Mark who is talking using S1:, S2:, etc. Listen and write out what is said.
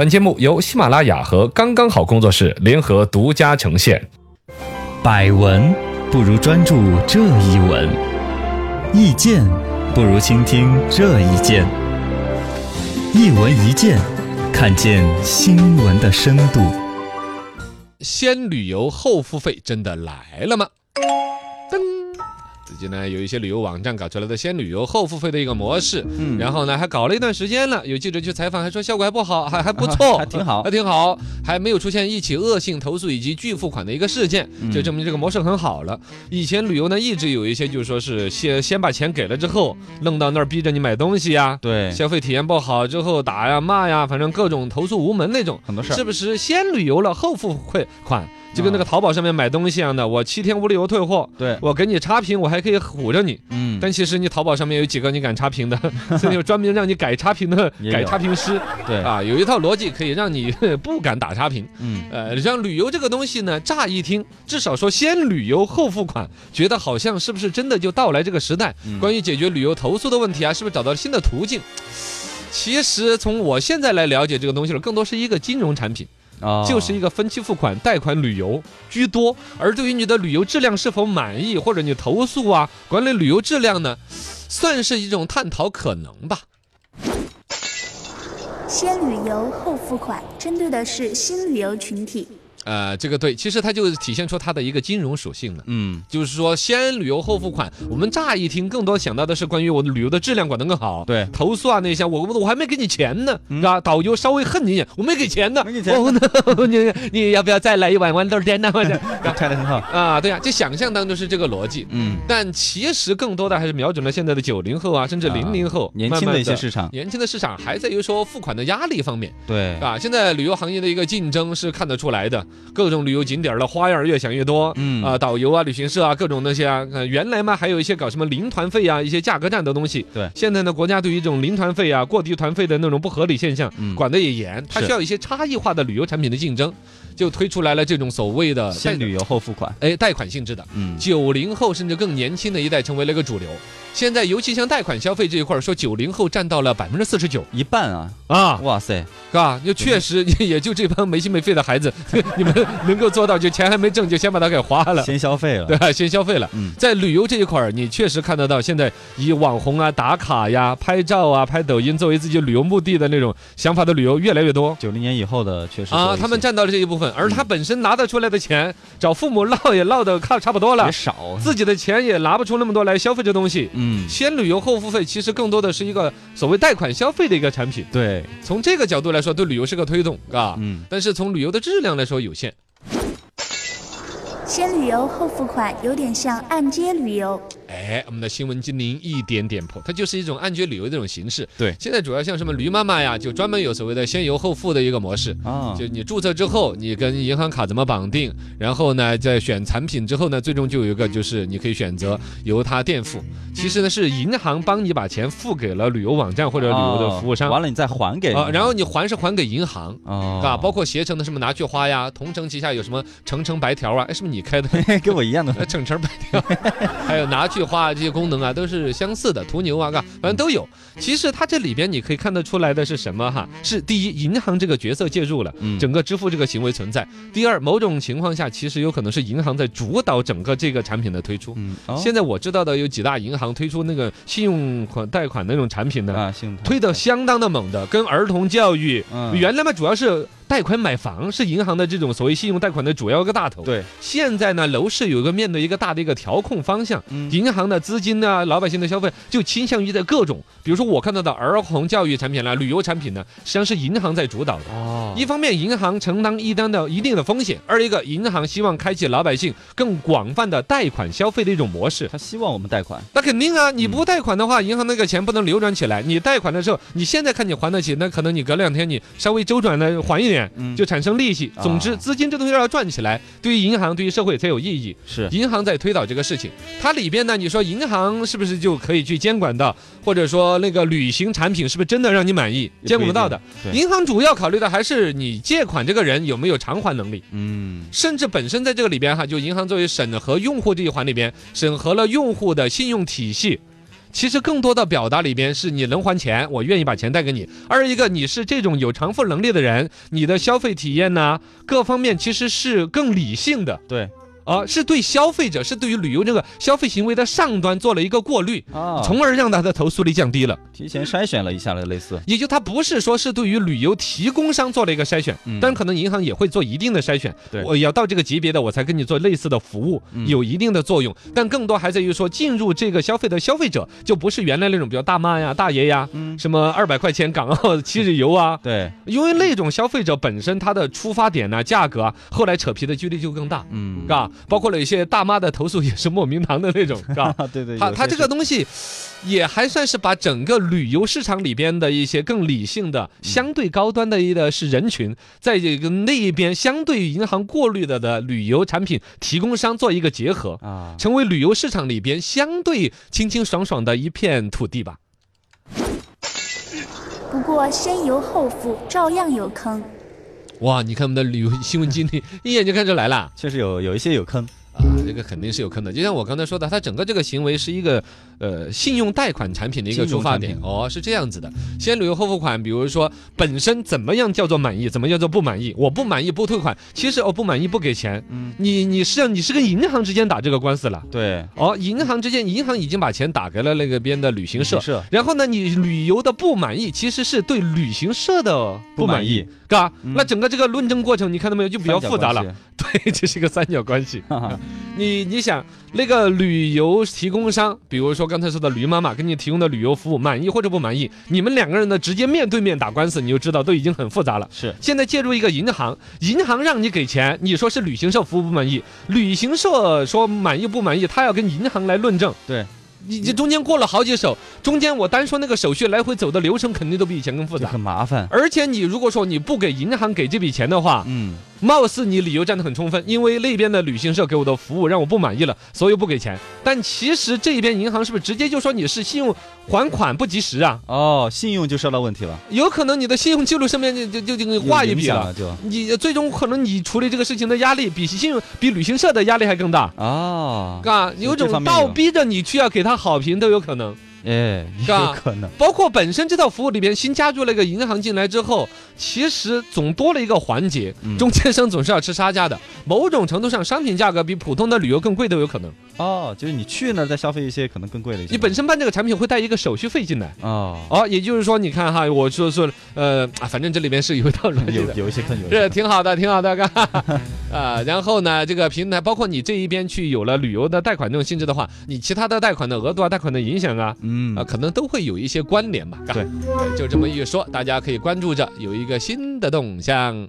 S1: 本节目由喜马拉雅和刚刚好工作室联合独家呈现。
S2: 百闻不如专注这一闻，意见不如倾听这一见。一闻一见，看见新闻的深度。
S1: 先旅游后付费真的来了吗？最近呢，有一些旅游网站搞出来的先旅游后付费的一个模式，
S2: 嗯
S1: 然后呢，还搞了一段时间了。有记者去采访，还说效果还不好，还还不错，
S2: 还挺好
S1: 还挺好，还没有出现一起恶性投诉以及拒付款的一个事件，
S2: 嗯
S1: 就证明这个模式很好了。以前旅游呢，一直有一些就是说是先先把钱给了之后，弄到那儿逼着你买东西呀，
S2: 对
S1: 消费体验不好之后打呀骂呀，反正各种投诉无门那种。
S2: 很多
S1: 是不是先旅游了后付款款？就跟那个淘宝上面买东西一样的，我七天无理由退货，
S2: 嗯对
S1: 我给你差评，我还可以唬着你。
S2: 嗯，
S1: 但其实你淘宝上面有几个你敢差评 的，甚至有专门让你改差评的
S2: 也有
S1: 改差评师
S2: 对，
S1: 啊，有一套逻辑可以让你呃不敢打差评。
S2: 嗯，
S1: 呃，让旅游这个东西呢，乍一听，至少说先旅游后付款，觉得好像是不是真的就到来这个时代？
S2: 嗯
S1: 关于解决旅游投诉的问题啊，是不是找到了新的途径？其实从我现在来了解这个东西了，更多是一个金融产品。
S2: 哦
S1: 就是一个分期付款、贷款、旅游居多。而对于你的旅游质量是否满意，或者你投诉啊，管理旅游质量呢，算是一种探讨可能吧。
S3: 先旅游后付款，针对的是新旅游群体。
S1: 呃，这个对，其实它就体现出它的一个金融属性了。
S2: 嗯，
S1: 就是说，先旅游后付款，我们乍一听更多想到的是关于我的旅游的质量管得更好，
S2: 对嗯
S1: 投诉啊那些，我我还没给你钱呢，是吧？导游稍微恨你一眼，我没给钱 呢，
S2: 没给钱
S1: 哦 no，你 你要不要再来一碗豌豆颠呢？或者
S2: 拆的很好，
S1: 啊，对呀、这想象当中是这个逻辑，
S2: 嗯，
S1: 但其实更多的还是瞄准了现在的九零后啊，甚至
S2: 啊
S1: 零零后，
S2: 年轻
S1: 慢慢
S2: 的
S1: 地
S2: 一些市场，
S1: 年轻的市场还在于说付款的压力方面
S2: 对，
S1: 啊，现在旅游行业的一个竞争是看得出来的，各种旅游景点儿的花样儿越想越多，
S2: 嗯
S1: 啊，导游啊、旅行社啊，各种那些啊，呃原来嘛还有一些搞什么零团费啊，一些价格战的东西，
S2: 对
S1: 现在呢国家对于这种零团费啊、过低团费的那种不合理现象
S2: 嗯
S1: 管得也严，它
S2: 是
S1: 需要一些差异化的旅游产品的竞争，就推出来了这种所谓的
S2: 先
S1: 贷
S2: 旅游后付款，
S1: 哎贷款性质的。
S2: 嗯，
S1: 九零后甚至更年轻的一代成为了一个主流。现在尤其像贷款消费这一块儿，说九零后占到了百分之四十九
S2: 一半啊，
S1: 啊，
S2: 哇塞，
S1: 是吧？就确实
S2: 嗯
S1: 也就这帮没心没肺的孩子， 你们能够做到，就钱还没挣就先把它给花了。
S2: 先消费了
S1: 对，吧？先消费了
S2: 嗯。
S1: 在旅游这一块儿，你确实看得到，现在以网红啊、打卡呀、拍照啊、拍抖音作为自己旅游目的的那种想法的旅游越来越多。
S2: 九零年以后的确实多
S1: 啊，
S2: 一
S1: 他们
S2: 些
S1: 占到了这一部分，而他本身拿得出来的钱，找父母唠也唠的差差不多了
S2: 也，少，
S1: 自己的钱也拿不出那么多来消费这东西。
S2: 嗯，
S1: 先旅游后付费，其实更多的是一个所谓贷款消费的一个产品。
S2: 对，
S1: 从这个角度来说，对旅游是个推动啊，
S2: 嗯，
S1: 但是从旅游的质量来说有限。
S3: 先旅游后付款有点像按揭旅游，
S1: 哎，我们的新闻精灵一点点破，它就是一种按揭旅游的这种形式。
S2: 对
S1: 现在主要像什么驴妈妈呀，就专门有所谓的先游后付的一个模式。
S2: 啊，
S1: 就你注册之后，你跟银行卡怎么绑定，然后呢，在选产品之后呢，最终就有一个就是你可以选择由它垫付。其实呢，是银行帮你把钱付给了旅游网站或者旅游的服务商
S2: 哦。完了你再还给
S1: 啊，然
S2: 后
S1: 后你还是还给银行。
S4: 哦
S1: 啊，包括携程的什么拿去花呀，同城旗下有什么橙橙白条啊？哎，是不是你开的？
S2: 跟我一样的
S1: 呃，橙橙白条， 还有拿去花啊这些功能啊，都是相似的。途牛啊，嘎，反正都有。其实它这里边你可以看得出来的是什么哈？是第一，银行这个角色介入了
S2: 嗯，
S1: 整个支付这个行为存在；第二，某种情况下其实有可能是银行在主导整个这个产品的推出。
S2: 嗯，哦
S1: 现在我知道的有几大银行推出那个信用款贷款那种产品呢，
S2: 啊，信用卡
S1: 推的相当的猛的，跟儿童教育。
S2: 嗯
S1: 原来嘛，主要是贷款买房是银行的这种所谓信用贷款的主要一个大头。，
S2: 对，
S1: 现在呢，楼市有一个面对一个大的一个调控方向，
S2: 嗯
S1: 银行的资金呢，老百姓的消费就倾向于在各种，比如说我看到的儿童教育产品啦、旅游产品呢，实际上是银行在主导的。
S2: 哦
S1: 一方面，银行承担一单的一定的风险；二一个，银行希望开启老百姓更广泛的贷款消费的一种模式。
S2: 他希望我们贷款，
S1: 那肯定啊，你不贷款的话，银行那个钱不能流转起来。你贷款的时候，你现在看你还得起，那可能你隔两天你稍微周转的还一点
S2: 嗯，
S1: 就产生利息。
S2: 啊
S1: 总之，资金这东西要转起来，对于银行、对于社会才有意义。
S2: 是
S1: 银行在推导这个事情，它里边呢，你说银行是不是就可以去监管到，或者说那个旅行产品是不是真的让你满意，监管得到的？，
S2: 也不一定对，
S1: 银行主要考虑的还是你借款这个人有没有偿还能力。
S2: 嗯，
S1: 甚至本身在这个里边哈，就银行作为审核用户这一环里边，审核了用户的信用体系。其实更多的表达里边是你能还钱，我愿意把钱贷给你；二一个你是这种有偿付能力的人，你的消费体验呐、各方面其实是更理性的。
S4: 对
S1: 啊，是对消费者，是对于旅游这个消费行为的上端做了一个过滤，
S4: 啊，
S1: 从而让他的投诉率降低了。
S4: 提前筛选了一下了，类似
S1: 也就它不是说是对于旅游提供商做了一个筛选，
S4: 嗯
S1: 但可能银行也会做一定的筛选。
S4: 对
S1: 我要到这个级别的，我才跟你做类似的服务，
S4: 嗯
S1: 有一定的作用。但更多还在于说，进入这个消费的消费者，就不是原来那种比较大妈呀、大爷呀，
S4: 嗯
S1: 什么二百块钱港澳七日游啊，
S4: 对，
S1: 因为那种消费者本身它的出发点呐、价格啊，后来扯皮的几率就更大。
S4: 嗯
S1: 嘎，包括了一些大妈的投诉也是莫名堂的那种， 嘎，
S4: 啊， 对对，
S1: 他
S4: 有
S1: 他
S4: 些
S1: 这
S4: 是
S1: 个东西，也还算是把整个旅游市场里边的一些更理性的、相对高端的一的是人群，在这个那一边相对于银行过滤的的旅游产品提供商做一个结合，
S4: 啊，
S1: 成为旅游市场里边相对清清爽爽的一片土地吧。
S3: 不过先油后付照样有坑。
S1: 哇，你看我们的旅游新闻经理 一眼就看出来了。
S4: 确实有有一些有坑，
S1: 啊，这个肯定是有坑的。就像我刚才说的，它整个这个行为是一个呃信用贷款产品的一个
S4: 信用
S1: 出发
S4: 产
S1: 点
S4: 品
S1: 哦，是这样子的。先旅游后付款，比如说本身怎么样叫做满意，怎么叫做不满意，我不满意不退款，其实我哦不满意不给钱，
S4: 嗯，
S1: 你你是你是跟银行之间打这个官司了。
S4: 对，
S1: 哦，银行之间，银行已经把钱打给了那个边的旅行社
S4: 旅行社，
S1: 然后呢，你旅游的不满意，其实是对旅行社的不
S4: 不
S1: 满
S4: 满
S1: 意，
S4: 意，
S1: 嘎。
S4: 嗯
S1: 那整个这个论证过程，你看到没有，就比较
S4: 三角
S1: 复杂了
S4: 关。系，
S1: 对，这是一个三角关系。
S4: 哈哈
S1: 你你想那个旅游提供商，比如说刚才说的驴妈妈给你提供的旅游服务，满意或者不满意，你们两个人呢直接面对面打官司，你就知道都已经很复杂了。
S4: 是
S1: 现在介入一个银行，银行让你给钱，你说是旅行社服务不满意，旅行社说满意不满意，他要跟银行来论证。
S4: 对，
S1: 你这中间过了好几手，中间我单说那个手续来回走的流程肯定都比以前更复
S4: 这
S1: 杂。
S4: 很麻烦，
S1: 而且你如果说你不给银行给这笔钱的话，
S4: 嗯，
S1: 貌似你理由占得很充分，因为那边的旅行社给我的服务让我不满意了，所以不给钱。但其实这边银行是不是直接就说你是信用还款不及时啊？
S4: 哦，信用就受到问题了，
S1: 有可能你的信用记录上面就就就就给你
S4: 有
S1: 画一
S4: 影
S1: 笔
S4: 响
S1: 了。
S4: 就。
S1: 你最终可能你处理这个事情的压力比信用比旅行社的压力还更大，
S4: 哦，
S1: 啊，有
S4: 这
S1: 种
S4: 方面
S1: 倒
S4: 有
S1: 逼着你去要给他好评都有可能。
S4: 哎，也
S1: 嘎
S4: 有可能，
S1: 包括本身这套服务里边新加入了一个银行进来之后，其实总多了一个环节，
S4: 嗯
S1: 中间商总是要吃差价的。某种程度上，商品价格比普通的旅游更贵都有可能。
S4: 哦，就是你去那儿再消费一些，可能更贵了一些。
S1: 你本身办这个产品会带一个手续费进来。
S4: 哦，
S1: 哦，也就是说，你看哈，我说说，呃，啊反正这里面是有一套逻辑
S4: 有
S1: 的。
S4: 有一些坑，有一些
S1: 是
S4: 坑
S1: 挺好的，挺好的，哈哈 啊，然后呢，这个平台包括你这一边去有了旅游的贷款这种性质的话，你其他的贷款的额度啊、贷款的影响啊，
S4: 嗯
S1: 啊，可能都会有一些关联吧。嘎
S4: 对
S1: 对，就这么一说，大家可以关注着，有一个新的动向。